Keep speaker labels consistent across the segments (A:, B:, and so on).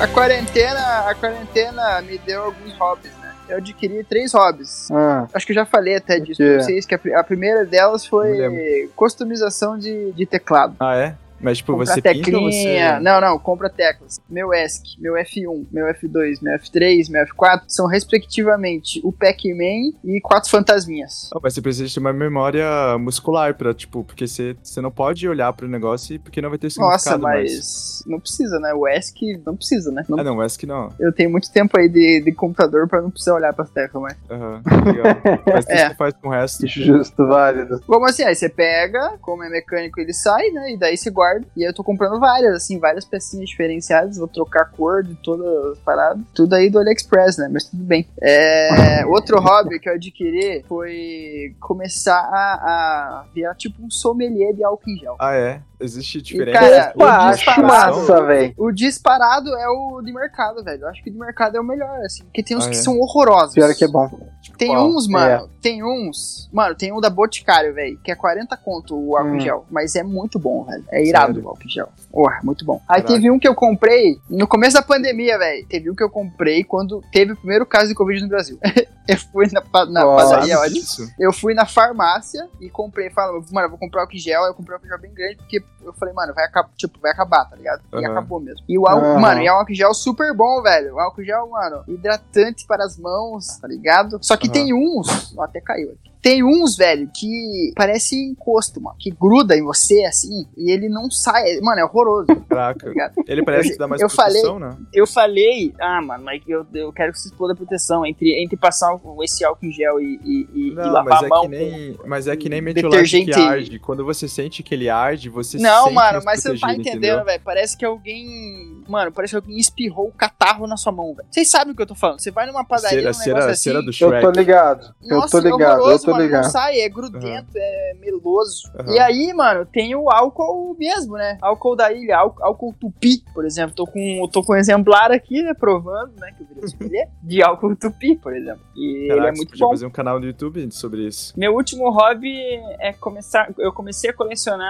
A: A quarentena, a quarentena me deu alguns hobbies, né? Eu adquiri três hobbies.
B: Ah,
A: Acho que eu já falei até disso
B: quê?
A: pra vocês, que a, pri- a primeira delas
C: Não
A: foi customização de, de teclado.
C: Ah, é? Mas, tipo,
A: Comprar
C: você pinta ou
A: teclinha.
C: você...
A: Não, não, compra teclas. Meu ESC, meu F1, meu F2, meu F3, meu F4 são respectivamente o Pac-Man e quatro fantasminhas.
C: Não, mas você precisa de uma memória muscular pra, tipo, porque você, você não pode olhar pro negócio e- porque não vai ter
A: Nossa,
C: É um significado mais.
A: mas não precisa, né? O ESC não precisa, né? Não-
C: Ah, não, acho que não.
A: Eu tenho muito tempo aí de, de computador pra não precisar olhar pras teclas, mas.
C: Aham, legal. Mas
A: É.
C: isso que faz com o resto.
B: justo, válido.
A: Como assim? Aí você pega, como é mecânico, ele sai, né? E daí você guarda. E aí eu tô comprando várias, assim, várias pecinhas diferenciadas. Vou trocar a cor de todas as paradas. Tudo aí do AliExpress, né? Mas tudo bem. É, outro hobby que eu adquiri foi começar a, a virar tipo um sommelier de álcool em gel.
C: Ah, é? Existe diferença?
A: cara,
C: entre
A: eu
B: Opa,
A: disse
B: acho
A: pra-
B: massa, velho.
A: O disparado é o de mercado, velho. Eu acho que o de mercado é o melhor, assim. Porque tem uns
C: Ah,
A: que
C: é?
A: são horrorosos.
B: Pior que é bom.
A: Tem
C: Qual?
A: uns, mano, tem uns. Mano, tem um da Boticário, velho, que é 40 conto o álcool em
B: Hum.
A: gel. Mas é muito bom, velho. É irado
C: Sério?
A: o álcool em gel. Porra, muito bom. Aí
C: Caraca.
A: teve um que eu comprei no começo da pandemia, velho. Teve um que eu comprei quando teve o primeiro caso de Covid no Brasil. eu fui na, pa- na
B: Nossa.
C: Sabe
A: padaria, olha.
C: disso?
A: Eu fui na farmácia e comprei, falei, mano, eu vou comprar álcool em gel, Aí eu comprei álcool em gel bem grande, porque eu falei, mano, vai acabar, tipo, vai acabar, tá ligado? E
C: Aham.
A: acabou mesmo. E o álcool,
B: Aham.
A: mano, e é um álcool em gel super bom, velho. O álcool em gel, mano, hidratante para as mãos, tá ligado? Só que
C: Aham.
A: tem uns, ó, até caiu aqui. Tem uns, velho, que parece encosto, mano, que gruda em você, assim, e ele não sai, mano, é horroroso, tá
C: Caraca.
A: ligado?
C: Ele parece que dá mais
A: Eu falei-
C: proteção, né?
A: eu falei, ah, mano, mas eu, eu quero que você exploda a proteção entre, entre passar esse álcool em gel e, e, e- e
C: Não,
A: lavar
C: mas
A: a
C: é,
A: mão.
C: que
A: com-
C: nem, mas é que nem
A: com
C: metiolate que
A: detergente.
C: arde. Quando você sente que ele arde, você se
A: Não,
C: sente
A: mano, mas você não tá
C: desprotegido,
A: entendendo,
C: entendeu?
A: velho. Parece que alguém. Mano, parece que alguém espirrou o catarro na sua mão, velho. Vocês sabem o que eu tô falando. Você vai numa padaria,
C: Cera,
A: num negócio
C: cera,
A: assim.
C: cera do
B: Eu tô
C: Shrek.
B: ligado.
A: Nossa,
B: eu tô ligado,
A: é horroroso,
B: eu tô
A: mano.
B: ligado.
A: Não sai, é grudento, é meloso.
C: Aham.
A: E aí, mano, tem o álcool mesmo, né? Álcool da ilha, álcool, álcool tupi, por exemplo. Tô com, tô com um exemplar aqui, né? Provando, né? Que eu queria escolher. de álcool tupi, por exemplo. E ele
C: Caraca,
A: é
C: você
A: muito
C: podia
A: bom.
C: fazer um canal no YouTube sobre isso.
A: Meu último hobby é começar. Eu comecei a colecionar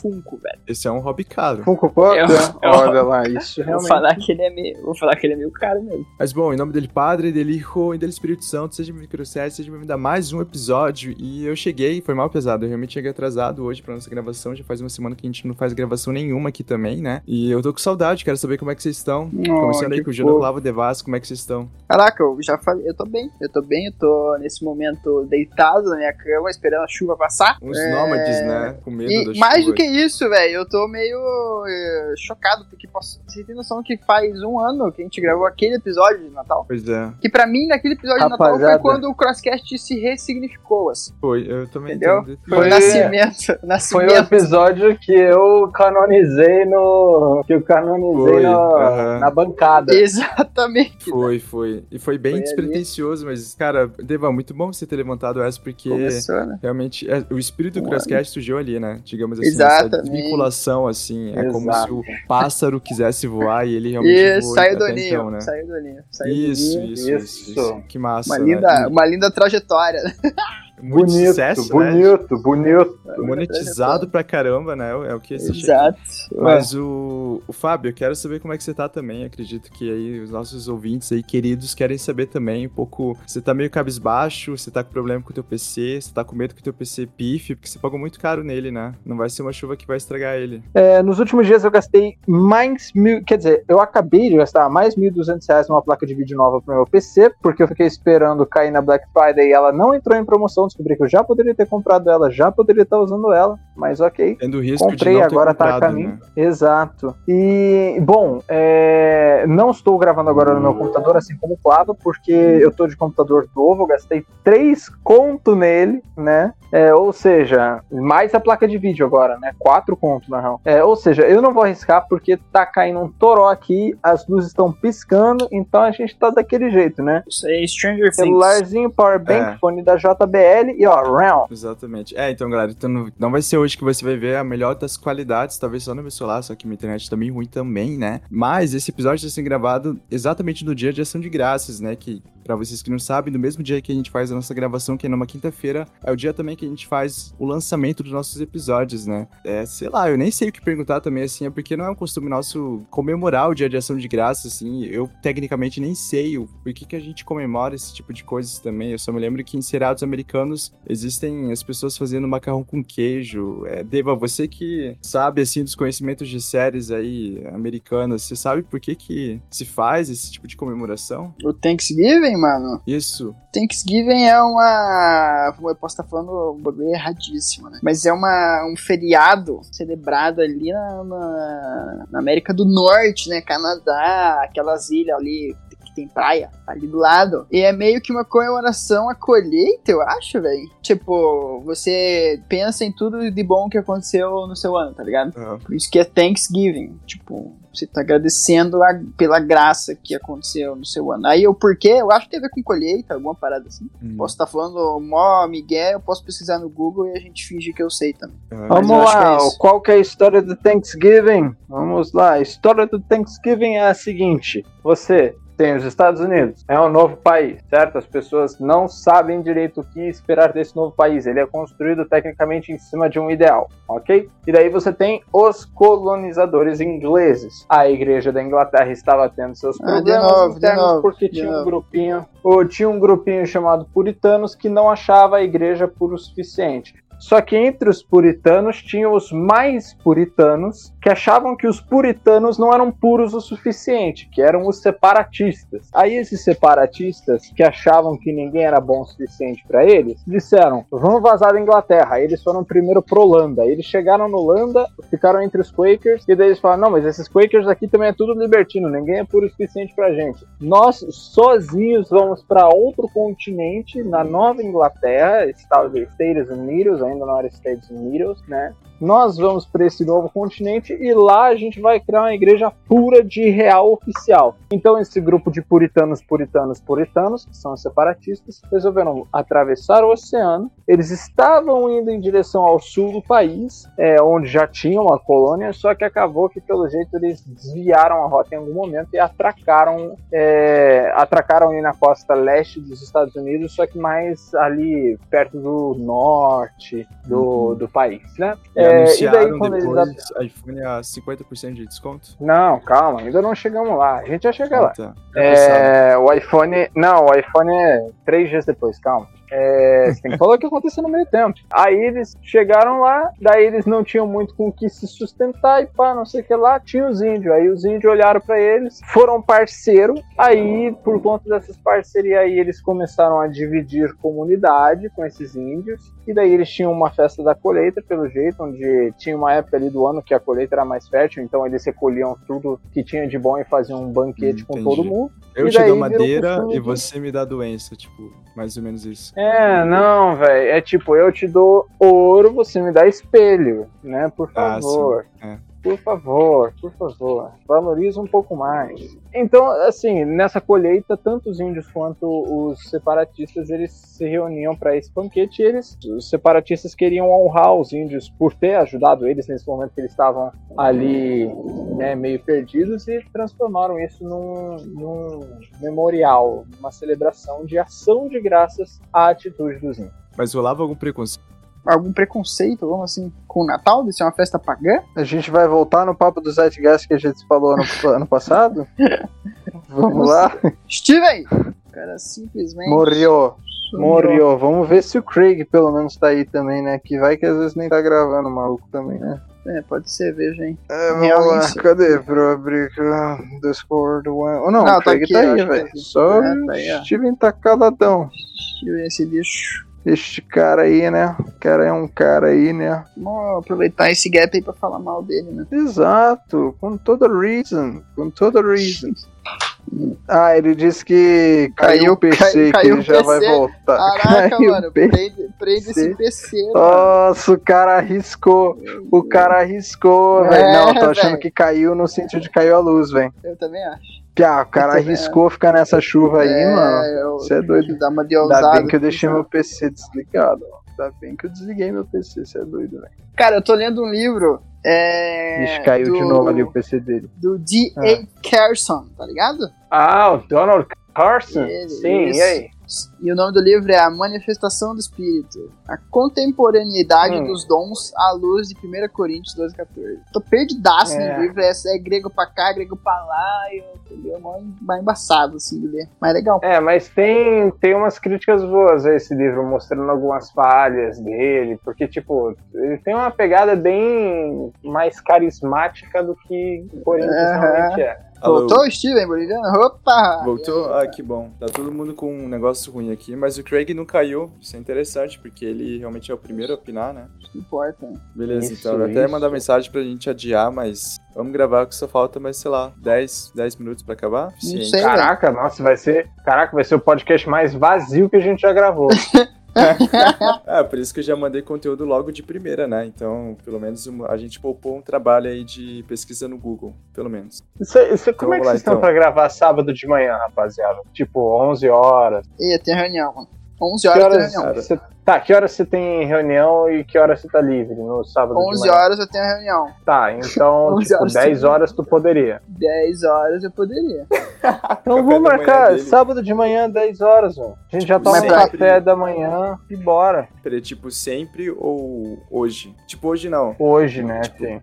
A: Funko, velho.
C: Esse é um hobby caro.
B: Funko Pop,
A: Eu-
B: né?
A: eu-
B: olha lá, isso
A: Vou
B: realmente.
A: falar, que ele é meio, vou falar que ele é meio caro mesmo.
C: Mas bom, em nome dele Padre, dele Hijo e dele Espírito Santo, seja bem-vindo sério, seja bem-vindo a mais um episódio. E eu cheguei, foi mal pesado, eu realmente cheguei atrasado hoje pra nossa gravação, já faz uma semana que a gente não faz gravação nenhuma aqui também, né? E eu tô com saudade, quero saber como é que vocês estão. Começando aí com o Genoslavo Devas, como é que vocês estão?
A: tipo, Caraca, eu já falei, eu tô bem, eu tô bem, eu tô nesse momento deitado na minha cama, esperando a chuva passar.
C: Uns
A: É,
C: nômades, né? Com medo da
A: E
C: chuva.
A: mais do que isso, velho, eu tô meio eh, chocado, porque posso, vocês têm noção que faz um ano que a gente gravou aquele episódio de Natal?
C: Pois é,
A: Que pra mim, naquele episódio de Natal,
B: Rapaziada.
A: foi quando o Crosscast se ressignificou, assim.
C: foi, eu também
A: Entendeu?
C: entendo.
A: Foi assim, o
B: Foi-
A: nascimento, o
B: Foi o
A: nascimento.
B: episódio que eu canonizei no. Que eu
C: Foi,
B: canonizei no-
A: né?
C: aham.
B: na bancada.
A: Exatamente.
C: Foi, foi. E foi bem
A: Foi ali.
C: despretensioso, mas, cara, Deva, muito bom você ter levantado essa, porque.
A: Começou, né?
C: Realmente, é, o espírito do
A: Um
C: Crosscast surgiu ali, né? Digamos assim, essa
A: Exatamente.
C: desvinculação, assim. É como se
B: Exato.
C: o pássaro quisesse voar e ele realmente
A: Isso,
C: voou
A: saiu do
C: até
A: ninho,
C: então, né?
A: saiu do ninho, saiu do
C: Isso,
A: ninho.
C: isso, isso,
B: Isso.
C: isso. Que massa,
A: Uma
C: né?
A: linda, uma linda trajetória. né?
C: Muito
B: Bonito,
C: sucesso, né?
B: bonito, bonito.
C: Monetizado pra caramba, né? É o que existe aqui.
A: Exato.
B: É.
C: Mas o, o Fábio, eu quero saber como é que você tá também. Acredito que aí os nossos ouvintes aí queridos querem saber também um pouco. Você tá meio cabisbaixo, você tá com problema com o teu PC, você tá com medo que o teu PC pife, porque você pagou muito caro nele, né? Não vai ser uma chuva que vai estragar ele.
B: É, nos últimos dias eu gastei mais mil. Quer dizer, eu acabei de gastar mais 1.200 reais numa placa de vídeo nova pro meu PC, porque eu fiquei esperando cair na Black Friday e ela não entrou em promoção, descobri que eu já poderia ter comprado ela, já poderia estar usando ela, mas ok.
C: Tendo o risco
B: Comprei,
C: de não ter
B: agora tá a
C: comprado,
B: caminho.
C: né?
B: Exato. E, bom, é, não estou gravando agora no meu computador, assim como o Flávio, porque eu tô de computador novo, eu gastei 3 conto nele, né? É, ou seja, mais a placa de vídeo agora, né? 4 conto, na real. É, ou seja, eu não vou arriscar porque tá caindo um toró aqui, as luzes estão piscando, então a gente tá daquele jeito, né?
A: Isso aí, é Stranger Things.
B: Celularzinho, powerbank,
C: É.
B: fone da JBL e ó, round.
C: Exatamente. É, então, galera, então não- não vai ser hoje que você vai ver a melhor das qualidades, talvez só no meu celular, só que minha internet tá meio ruim também, né? Mas esse episódio está sendo gravado exatamente no dia de ação de graças, né? Que, pra vocês que não sabem, no mesmo dia que a gente faz a nossa gravação, que é numa quinta-feira, é o dia também que a gente faz o lançamento dos nossos episódios, né? É, sei lá, eu nem sei o que perguntar também, assim, é porque não é um costume nosso comemorar o dia de ação de graça, assim. Eu, tecnicamente, nem sei o por que, que a gente comemora esse tipo de coisas também. Eu só me lembro que em seriados americanos existem as pessoas fazendo macarrão com queijo. É, Deva, você que sabe, assim, dos conhecimentos de séries aí americanas, você sabe por que que se faz esse tipo de comemoração?
A: O Thanksgiving, mano.
C: Isso.
A: Thanksgiving é uma. Eu posso estar falando um bagulho erradíssimo, né? Mas é uma, um feriado celebrado ali na, na- na América do Norte, né? Canadá, aquelas ilhas ali que tem praia ali do lado. E é meio que uma comemoração à colheita, eu acho, velho. Tipo, você pensa em tudo de bom que aconteceu no seu ano, tá ligado?
C: Aham.
A: Por isso que é Thanksgiving. Tipo, você tá agradecendo a- pela graça que aconteceu no seu ano. Aí o porquê, eu acho que tem a ver com colheita, alguma parada assim. Posso estar falando mó migué, eu posso pesquisar no Google e a gente finge que eu sei também.
C: Aham.
A: Mas
B: Vamos
A: eu acho
B: lá,
A: que é isso.
B: qual que é a história do Thanksgiving? Vamos lá, a história do Thanksgiving é a seguinte: você tem os Estados Unidos, é um novo país, certo? As pessoas não sabem direito o que esperar desse novo país. Ele é construído tecnicamente em cima de um ideal, ok? E daí você tem os colonizadores ingleses. A Igreja da Inglaterra estava tendo seus
A: Ah, de
B: problemas
A: novo, de
B: internos
A: novo,
B: porque
A: de
B: tinha um
A: novo.
B: grupinho, ou tinha um grupinho chamado puritanos que não achava a Igreja puro o suficiente. Só que entre os puritanos tinham os mais puritanos que achavam que os puritanos não eram puros o suficiente, que eram os separatistas. Aí esses separatistas que achavam que ninguém era bom o suficiente para eles, disseram: "Vamos vazar da Inglaterra". Aí eles foram primeiro pro Holanda. Aí Eles chegaram na Holanda, ficaram entre os Quakers e daí eles falaram: "Não, mas esses Quakers aqui também é tudo libertino, ninguém é puro o suficiente pra gente. Nós sozinhos vamos para outro continente, na Nova Inglaterra, Estados Estados Unidos, ainda não era Estados Unidos, né? Nós vamos para esse novo continente e lá a gente vai criar uma igreja pura de real oficial. Então esse grupo de puritanos, puritanos, puritanos, que são os separatistas, resolveram atravessar o oceano. Eles estavam indo em direção ao sul do país, é, onde já tinha uma colônia, só que acabou que pelo jeito eles desviaram a rota em algum momento e atracaram é, atracaram ali na costa leste dos Estados Unidos, só que mais ali perto do norte do,
C: Uhum.
B: do país, né?
C: E
B: É,
C: anunciaram depois
B: at-
C: iPhone a 50% de desconto?
B: Não, calma, ainda não chegamos lá. A gente já chega lá.
C: Ah, tá.
B: É, o iPhone. Não, o iPhone é três dias depois, calma. É, você tem que falar o que aconteceu no meio tempo. Aí eles chegaram lá, daí eles não tinham muito com o que se sustentar e pá, não sei o que lá, tinha os índios. Aí os índios olharam pra eles, foram parceiro, aí por conta dessas parcerias aí eles começaram a dividir comunidade com esses índios. E daí eles tinham uma festa da colheita, pelo jeito, onde tinha uma época ali do ano que a colheita era mais fértil, então eles recolhiam tudo que tinha de bom e faziam um banquete com
C: Entendi.
B: todo mundo.
C: Eu
B: E
C: te
B: daí virou
C: dou
B: um
C: madeira
B: costume
C: e
B: de-
C: você me dá doença, tipo, mais ou menos isso.
B: É, não, velho. É tipo, eu te dou ouro, você me dá espelho, né? Por
C: Ah,
B: favor.
C: sim, é.
B: Por favor, por favor. Valoriza um pouco mais. Então, assim, nessa colheita, tanto os índios quanto os separatistas, eles se reuniam para esse banquete e eles, os separatistas queriam honrar os índios por ter ajudado eles nesse momento que eles estavam ali né, meio perdidos e transformaram isso num, num memorial, uma celebração de ação de graças à atitude dos índios.
C: Mas rolava algum preconceito?
A: Algum preconceito, vamos assim, com o Natal, de ser uma festa pagã?
B: A gente vai voltar no papo do Zeitgeist que a gente falou ano, ano passado? Vamos lá?
A: Steven! O cara simplesmente.
B: Morreu,
A: sumiu.
B: morreu. Vamos ver se o Craig pelo menos tá aí também, né? Que vai que às vezes nem tá gravando, maluco também, né?
A: É, pode ser, veja, hein?
B: É, vamos
A: Realmente.
B: lá, cadê? Pra abrir aqui, ah, Discord One. Oh, não,
A: Não,
B: o Craig
A: tá aqui,
B: tá
A: eu
B: aí,
A: acho que tá
B: velho.
A: aqui.
B: Só
A: É, tá aí, ó.
B: o Steven tá caladão.
A: Steven, esse bicho.
B: Este cara aí, né? O cara é um cara aí, né?
A: Vamos aproveitar esse gap aí pra falar mal dele, né?
B: Exato, com toda reason, com toda reason. Ah, ele disse que caiu,
A: Caiu-
B: o
A: cai-
B: PC, que
A: caiu
B: ele
A: o
B: já vai
A: PC.
B: voltar.
A: Caraca,
B: Caiu o Ah.
A: mano,
B: PC.
A: prende, prende esse PC, mano.
B: Nossa, o cara arriscou. O cara arriscou,
A: É,
B: velho. Não, tô achando
A: velho.
B: que caiu no sentido de caiu a luz, velho.
A: Eu também acho.
B: Piá, o cara
A: também
B: arriscou ficar nessa chuva aí, mano.
A: É, eu-
B: Você é doido.
A: Dá uma de
B: Ainda
A: ousada.
B: bem que eu deixei meu PC desligado. ó. Ainda bem que eu desliguei meu PC, você é doido, velho.
A: Cara, eu tô lendo um livro. É,
B: Vixe, caiu
A: do-
B: de novo ali Ah. o PC dele.
A: Do D.A. Carson, tá ligado?
B: Ah, o Donald Carson?
A: Ele,
B: Sim,
A: isso.
B: e aí?
A: E o nome do livro é A Manifestação do Espírito. A contemporaneidade
B: Hum.
A: dos dons à luz de 1 Coríntios 12,14. Tô perdidaço
B: É.
A: no livro, é, é grego pra cá, grego pra lá, eu, entendeu? É Mó, mó embaçado, assim, de ler. Mas é legal.
B: É, mas tem, tem umas críticas boas a esse livro, mostrando algumas falhas dele, porque, tipo, ele tem uma pegada bem mais carismática do que o Corinthians
A: Aham.
B: realmente é.
C: Alô?
A: Voltou o Steven Boliviano? Opa!
C: Voltou? Ah, que bom. Tá todo mundo com um negócio ruim aqui, mas o Craig não caiu. Isso é interessante, porque ele realmente é o primeiro a opinar, né?
A: Não importa.
C: Beleza,
B: Isso,
C: então. Eu até
B: isso.
C: mandar mensagem pra gente adiar, mas vamos gravar que só falta mais, sei lá, 10, 10 minutos pra acabar? Sim.
A: sei.
B: Caraca, nossa, vai ser. Caraca, vai ser o podcast mais vazio que a gente já gravou.
C: É, por isso que eu já mandei conteúdo logo de primeira, né? Então, pelo menos uma- a gente poupou um trabalho aí de pesquisa no Google, pelo menos.
B: Isso, isso- como é que
C: Vamos lá,
B: vocês estão
C: então.
B: pra gravar sábado de manhã, rapaziada? Tipo, 11 horas.
A: Ih, tem reunião, mano. 11
B: Que
A: horas, tem
B: horas
A: reunião.
C: cara.
B: você- Tá, que horas você tem reunião e que horas você tá livre no sábado de
A: 11
B: manhã?
A: horas eu tenho reunião.
B: Tá, então,
A: 11
B: tipo,
A: horas você-
B: 10 horas tu poderia.
A: 10 horas eu poderia.
B: Então
C: Café
B: vamos
C: da manhã
B: marcar
C: dele.
B: sábado de manhã, 10 horas, mano. A gente já
C: Tipo,
B: toma um
A: sempre.
B: café da manhã e bora.
C: Peraí, tipo, sempre ou hoje? Tipo, hoje não.
B: Hoje, né? sim.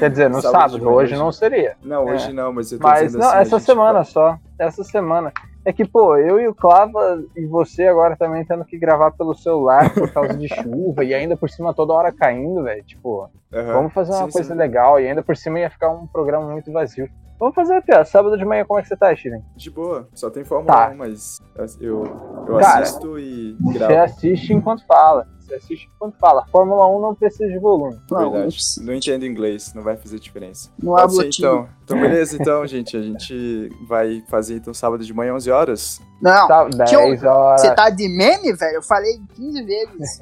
B: Quer dizer, no
C: Tipo. Sábado de
B: sábado,
C: manhã,
B: hoje
C: gente.
B: não seria.
C: Não,
B: É.
C: hoje não, mas eu tô
B: Mas
C: dizendo
B: não,
C: assim, a
B: essa
C: gente
B: semana
C: vai-
B: só. Essa semana. É que, pô, eu e o Clava e você agora também tendo que gravar pelo celular por causa de chuva e ainda por cima toda hora caindo, velho. Tipo,
C: Aham.
B: vamos fazer uma
C: É, Sim,
B: coisa
C: sim.
B: legal e ainda por cima ia ficar um programa muito vazio. Vamos fazer, Pia. Sábado de manhã, como é que você tá, Steven?
C: De boa, só tem Fórmula
B: Tá.
C: 1, mas eu, eu
B: Cara,
C: assisto e
B: Você
C: gravo.
B: assiste enquanto fala. Você assiste enquanto fala. Fórmula 1 não precisa de volume.
A: Não, não,
C: Verdade. Não entendo inglês, não vai fazer diferença.
B: é
A: não
C: Pode
A: abro
C: ser,
A: o time.
C: então. Então, beleza, então, gente. A gente vai fazer então sábado de manhã, 11 horas.
A: Não,
B: Tá,
A: Tio,
B: 10 horas.
A: Ah, você tá de meme, velho? Eu falei 15 vezes.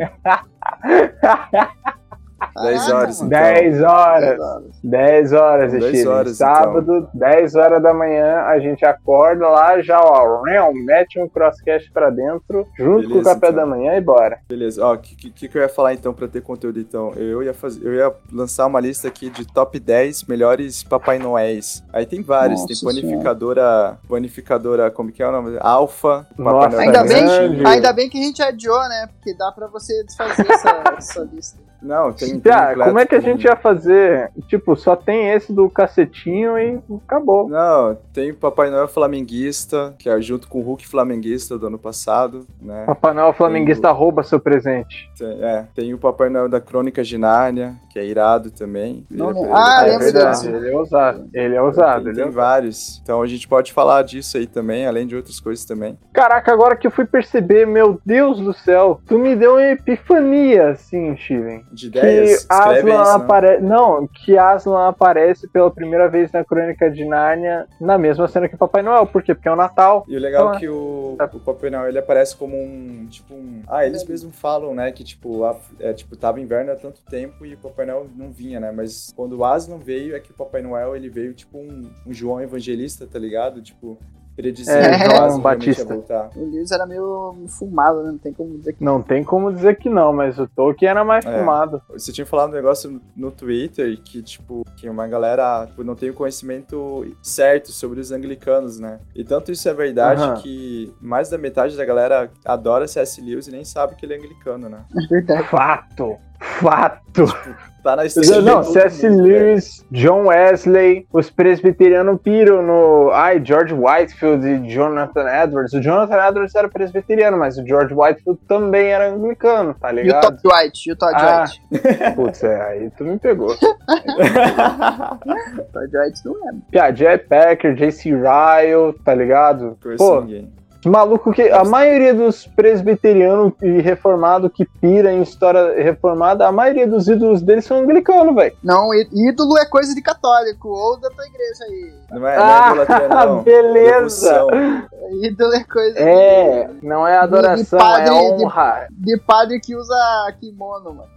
C: 10
A: Caraca,
C: horas,
A: mano.
C: então.
B: 10 horas. 10 horas,
C: 10
B: Steven.
C: horas, então.
B: Sábado, 10 horas da manhã, a gente acorda lá, já, ó, real, mete um crosscast pra dentro, junto com o
C: Beleza,
B: café
C: então.
B: da manhã e bora.
C: Beleza, ó, o que, que, que eu ia falar então pra ter conteúdo então? Eu ia fazer, eu ia lançar uma lista aqui de top 10 melhores Papai Noéis. Aí tem vários,
A: Nossa
C: tem
A: Senhora.
C: panificadora, panificadora, como que é o nome? Alfa,
B: Nossa,
C: é
A: Ainda bem,
B: grande.
A: ainda bem que a gente adiou, né? Porque dá pra você desfazer essa, essa lista.
C: Não,
A: Ah,
C: tem, tem
B: Piá,
C: Eclético,
B: como é que a gente
C: tem-
B: ia fazer? Tipo, só tem esse do cacetinho e acabou.
C: Não, tem Papai Noel Flamenguista, que é junto com o Hulk Flamenguista do ano passado,
A: Ah.
C: né?
B: Papai Noel Flamenguista rouba seu presente.
C: Tem, é, tem o Papai Noel da Crônica de Nárnia, que é irado também.
A: Não,
C: Ele-
A: não.
C: ele-
A: Ah,
B: é
A: lembro
B: verdade,
A: desse.
B: ele é ousado. Ele é ousado,
C: Tem,
B: ele é
C: tem vários. Então a gente pode falar disso aí também, além de outras coisas também.
B: Caraca, agora que eu fui perceber, meu Deus do céu, tu me deu uma epifania, assim, Steven.
C: De
B: Que
C: ideias, escreve
B: Aslan
C: É isso, né?
B: aparece. Não, que Aslan aparece pela primeira vez na Crônica de Nárnia, na mesma cena que Papai Noel. Por quê? Porque é o Natal.
C: E o legal
B: Então,
C: é que o, o Papai Noel, ele aparece como um, tipo um... Ah, eles mesmos falam, né, que tipo, a- é, tipo, tava inverno há tanto tempo e o Papai Noel não vinha, né, mas quando o Aslan veio, é que o Papai Noel, ele veio tipo um, um João Evangelista, tá ligado? Tipo, predizendo
A: É,
C: que
A: João
C: o Aslan realmente ia
B: Batista.
C: voltar.
A: O Lewis era meio fumado, né? Não tem como dizer que.
B: Não tem como dizer que não, mas o Tolkien era mais
C: É.
B: fumado.
C: Você tinha falado um negócio no Twitter que, tipo, que uma galera tipo, não tem o conhecimento certo sobre os anglicanos, né? E tanto isso é verdade
B: Aham.
C: que mais da metade da galera adora C.S. Lewis e nem sabe que ele é anglicano, né?
A: É verdade.
B: Fato! Fato!
C: Tá na história.
B: Não, C.S.
C: né?
B: Lewis, John Wesley, os presbiterianos piram no. Ai, George Whitefield e Jonathan Edwards. O Jonathan Edwards era presbiteriano, mas o George Whitefield também era anglicano, tá
A: E o
B: ligado?
A: Todd White, e o Todd
B: Ah.
A: White.
B: Putz, é, aí tu me pegou.
A: O Todd White é. não é.
B: Piá, Jay Packer, J.C. Ryle, tá ligado?
C: Conheço
B: Pô,
A: assim.
C: ninguém.
B: Maluco que a maioria dos presbiterianos e reformado que pira em história reformada, a maioria dos ídolos deles são anglicanos, velho.
A: Não, í- ídolo é coisa de católico, ou da tua igreja aí.
C: Não é, não é idolatria, não.
B: Ah, beleza.
C: Devoção.
A: Ídolo é coisa
B: É, não é adoração,
A: padre
B: é
A: de-
B: honra.
A: de, de padre que usa kimono, mano.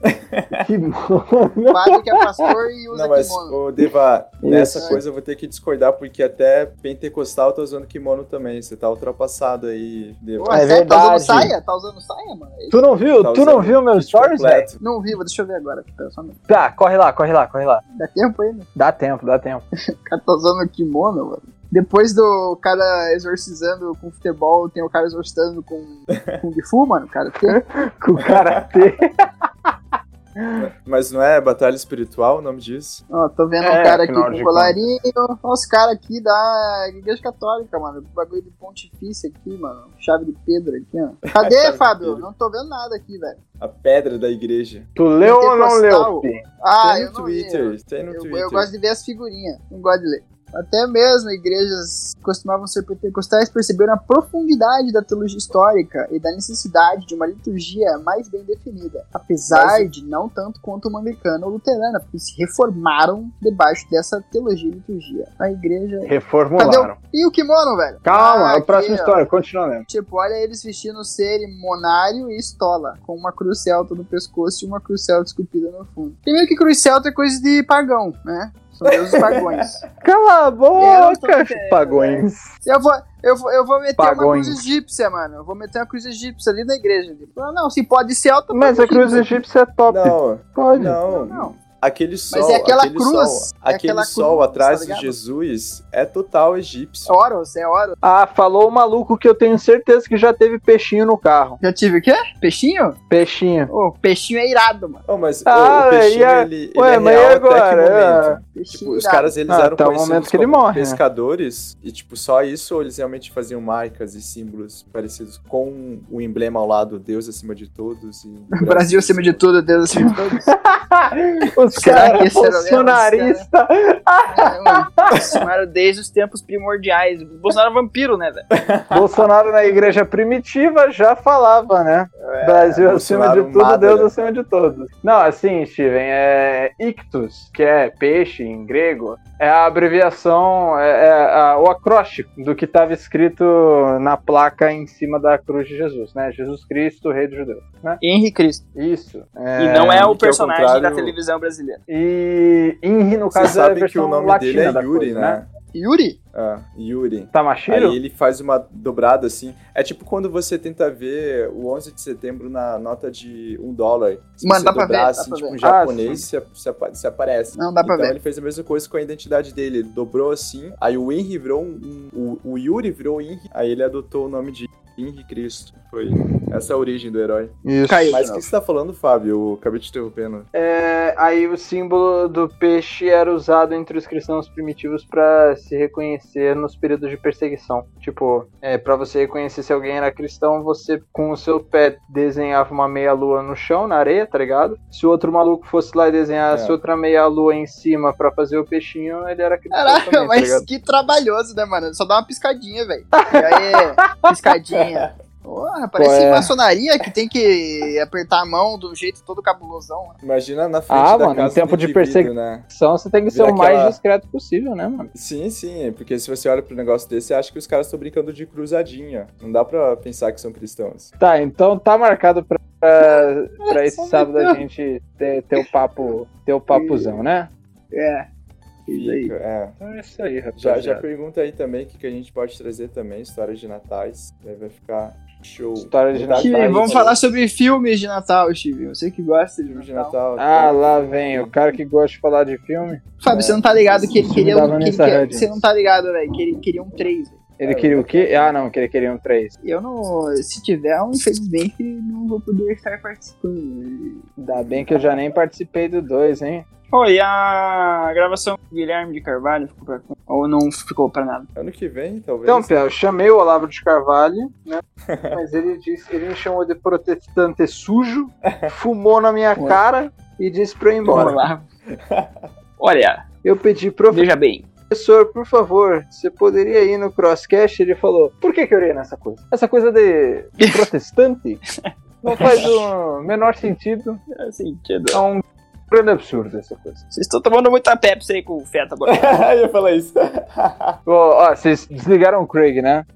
B: Que mono.
A: Padre que é pastor e usa
C: Não, mas,
A: kimono.
C: ô, Deva, nessa
A: Isso.
C: coisa eu vou ter que discordar, porque até pentecostal tá usando kimono também. Você tá ultrapassado aí, Deva.
A: Ué,
B: É
A: sério, tá usando
B: verdade.
A: saia? Tá usando saia, mano?
B: Tu não viu?
C: Tá
B: tu não
C: usando
B: viu meus
C: kit
B: stories, é. velho?
C: completo.
A: Não vivo, deixa eu ver agora. aqui, Tá, só um minuto.
B: Tá, corre lá, corre lá, corre lá.
A: Dá tempo ainda?
B: Dá tempo, dá tempo.
A: O cara tá usando kimono, mano. Depois do cara exorcizando com futebol, tem o cara exorcizando com com Kung Fu, mano, cara.
C: É?
A: Tem-
B: Com o karatê.
C: Mas não é batalha espiritual o nome disso?
A: Ó, tô vendo
B: É,
A: um cara aqui
B: afinal
A: com
B: de
A: colarinho. Ó, os caras aqui da Igreja Católica, mano. Bagulho de pontifício aqui, mano. Chave de Pedro aqui, ó.
C: Chave
A: Cadê,
C: de
A: Fábio?
C: Pedro.
A: Não tô vendo nada aqui, velho.
C: A pedra da igreja.
B: Tu leu ou não leu?
A: Pentecostal.
B: Pi?
A: Ah,
C: tem
A: eu
C: no
A: não vi,
C: Twitter, tem no
A: Eu,
C: Twitter.
A: eu gosto de ver as figurinhas, não gosto de ler. Até mesmo igrejas que costumavam ser pentecostais perceberam a profundidade da teologia histórica e da necessidade de uma liturgia mais bem definida, apesar de não tanto quanto uma anglicana ou luterana, porque se reformaram debaixo dessa teologia e liturgia. A igreja. Cadê
B: Reformularam.
A: E o kimono, velho?
B: Calma,
A: Ah,
B: é a próxima
A: aqui, ó.
B: história, continua lendo.
A: Tipo, olha eles vestindo cerimonário e estola, com uma cruz celta no pescoço e uma cruz celta esculpida no fundo. Primeiro que cruz celta é coisa de pagão, né? São deuses pagões.
B: Cala a
A: Eu tô
B: boca,
A: entendendo,
B: pagões.
A: Eu vou, eu vou, eu vou meter
B: Pagões.
A: uma cruz egípcia, mano. Eu vou meter uma cruz egípcia ali na igreja. ali. Ah, não, se pode celta,
B: Mas a
A: pode
B: cruz
A: egípcia.
B: egípcia é top.
C: Não,
B: Pode.
C: não,
A: Não.
C: Aquele sol,
A: é aquela
C: aquele
A: cruz,
C: sol,
A: é
C: aquele
A: aquela
C: sol
A: cruz, tá
C: atrás de
A: ligado?
C: Jesus é total egípcio.
A: Horus, é Horus.
B: Ah, falou o maluco que eu tenho certeza que já teve peixinho no carro.
A: Já tive o quê? Peixinho?
B: Peixinho.
A: Ô, peixinho é irado, mano.
C: Oh, mas
B: Ah,
C: o, o
B: velho,
C: peixinho,
B: e a-
C: ele, ele
B: Ué,
C: é
B: mas e
C: real
B: agora? É.
C: até que momento.
A: Peixinho
C: Tipo, os
A: irado.
C: caras eles
B: Ah,
C: eram
B: até o
C: conhecidos
B: momento que ele
C: como
B: morre, né?
C: pescadores e tipo só isso ou eles realmente faziam marcas e símbolos parecidos com o emblema ao lado Deus acima de todos e
A: Brasil acima de tudo, Deus acima de todos.
B: Os
A: Será que
B: caras
A: esse era o Leandro?
B: bolsonarista.
A: É, mano, Bolsonaro desde os tempos primordiais. O Bolsonaro é vampiro, né, velho?
B: Bolsonaro na igreja primitiva já falava, né? Brasil acima de
C: Bolsonaro
B: tudo,
C: mata,
B: Deus
C: né?
B: acima de todos. Não, assim, Steven, é ictus, que é peixe em grego, é a abreviação, é, é a- o acróstico do que estava escrito na placa em cima da cruz de Jesus, né? Jesus Cristo, Rei dos Judeus, né?
A: Henri Cristo.
B: Isso.
A: e não é
C: que ao
A: o personagem da
C: contrário-
A: televisão brasileira.
B: E Inri, no
C: Vocês
B: caso, é a
C: sabem que
B: versão
C: o nome
B: latina
C: dele é
B: da
C: Yuri,
B: coisa,
C: né?
A: Yuri?
C: Ah, Yuri.
B: Tamashiro?
C: Aí ele faz uma dobrada assim. É tipo quando você tenta ver o 11 de setembro na nota de um dólar. Se
A: Mano,
C: você
A: dá pra
C: dobrar,
A: ver, dá
C: assim,
A: pra
C: tipo,
A: ver.
C: um
B: Ah,
C: japonês se, se apa- se aparece.
A: Não, dá pra
C: então
A: ver.
C: ele fez a mesma coisa com a identidade dele. Ele dobrou assim, aí o Henry virou um. um- o, o Yuri virou Henry, aí ele adotou o nome de Henry Cristo. Foi essa a origem do herói.
B: Isso.
A: Caiu.
C: Mas o que você tá falando, Fábio? Eu acabei te interrompendo.
B: É, aí o símbolo do peixe era usado entre os cristãos primitivos para se reconhecer nos períodos de perseguição. Tipo, é, para você reconhecer se alguém era cristão, você com o seu pé desenhava uma meia lua no chão, na areia, tá ligado? Se o outro maluco fosse lá e desenhasse
C: É.
B: outra meia lua em cima para fazer o peixinho, ele era cristão
A: Caraca,
B: também, tá
A: mas
B: ligado?
A: que trabalhoso, né, mano? Só dá uma piscadinha, velho. E aí, piscadinha. Porra, parece
B: Qual é?
A: maçonaria que tem que apertar a mão do jeito todo cabulosão. né?
C: Imagina na frente
B: Ah,
C: da
B: mano,
C: casa
B: em tempo
C: do
B: de
C: indivíduo,
B: persegui-
C: né?
B: Então você tem que ser
C: Vira
B: o mais
C: aquela-
B: discreto possível, né, mano?
C: Sim, sim, é porque se você olha pro negócio desse, você acha que os caras estão brincando de cruzadinha. Não dá pra pensar que são cristãos.
B: Tá, então tá marcado pra, pra, pra esse
A: Nossa,
B: sábado
A: meu
B: a gente ter, ter o papo, ter o papuzão, né?
A: É. Isso aí.
C: Fica, é.
B: Então é isso aí, rapaz.
C: Já, já pergunta aí também o que, que a gente pode trazer também, histórias de natais. Daí vai ficar show.
B: História de
C: Natal,
B: Natal.
A: Chibi, vamos
C: isso.
A: falar sobre filmes de Natal, Chibi. Você que gosta de
C: Filme de
A: Natal.
B: Ah,
C: Natal.
B: lá vem o cara que gosta de falar de filme.
A: Fábio, você não tá ligado que ele
B: Isso
A: queria.
B: me
A: um-
B: dá
A: que ele
B: Vanessa
A: quer-
B: Hudgens.
A: você não tá ligado, velho, que ele queria um 3. velho.
B: Ele
C: É,
B: queria
C: eu-
B: o quê? Ah, não, que ele queria um 3.
A: Eu não. Se tiver, um, infelizmente, não vou poder estar participando. né?
B: Ainda bem que eu já nem participei do 2, hein?
A: Oi, e a gravação do Guilherme de Carvalho ficou pra. Ou não ficou pra nada?
C: Ano que vem, talvez.
B: Então, Pé, eu chamei o Olavo de Carvalho, né? Mas ele disse, ele me chamou de protestante sujo, fumou na minha
A: Olha.
B: cara e disse pra eu ir embora.
A: Vamos lá. Olha,
B: Eu pedi prof...
A: veja bem.
B: professor, por favor, você poderia ir no crosscast? Ele falou, por que, que eu iria nessa coisa? Essa coisa de protestante não faz o menor sentido.
A: É sentido.
B: É um grande absurdo essa coisa.
A: Vocês estão tomando muita Pepsi aí com o feta agora.
D: eu ia falar isso.
B: Ó, ó, vocês desligaram o Craig, né?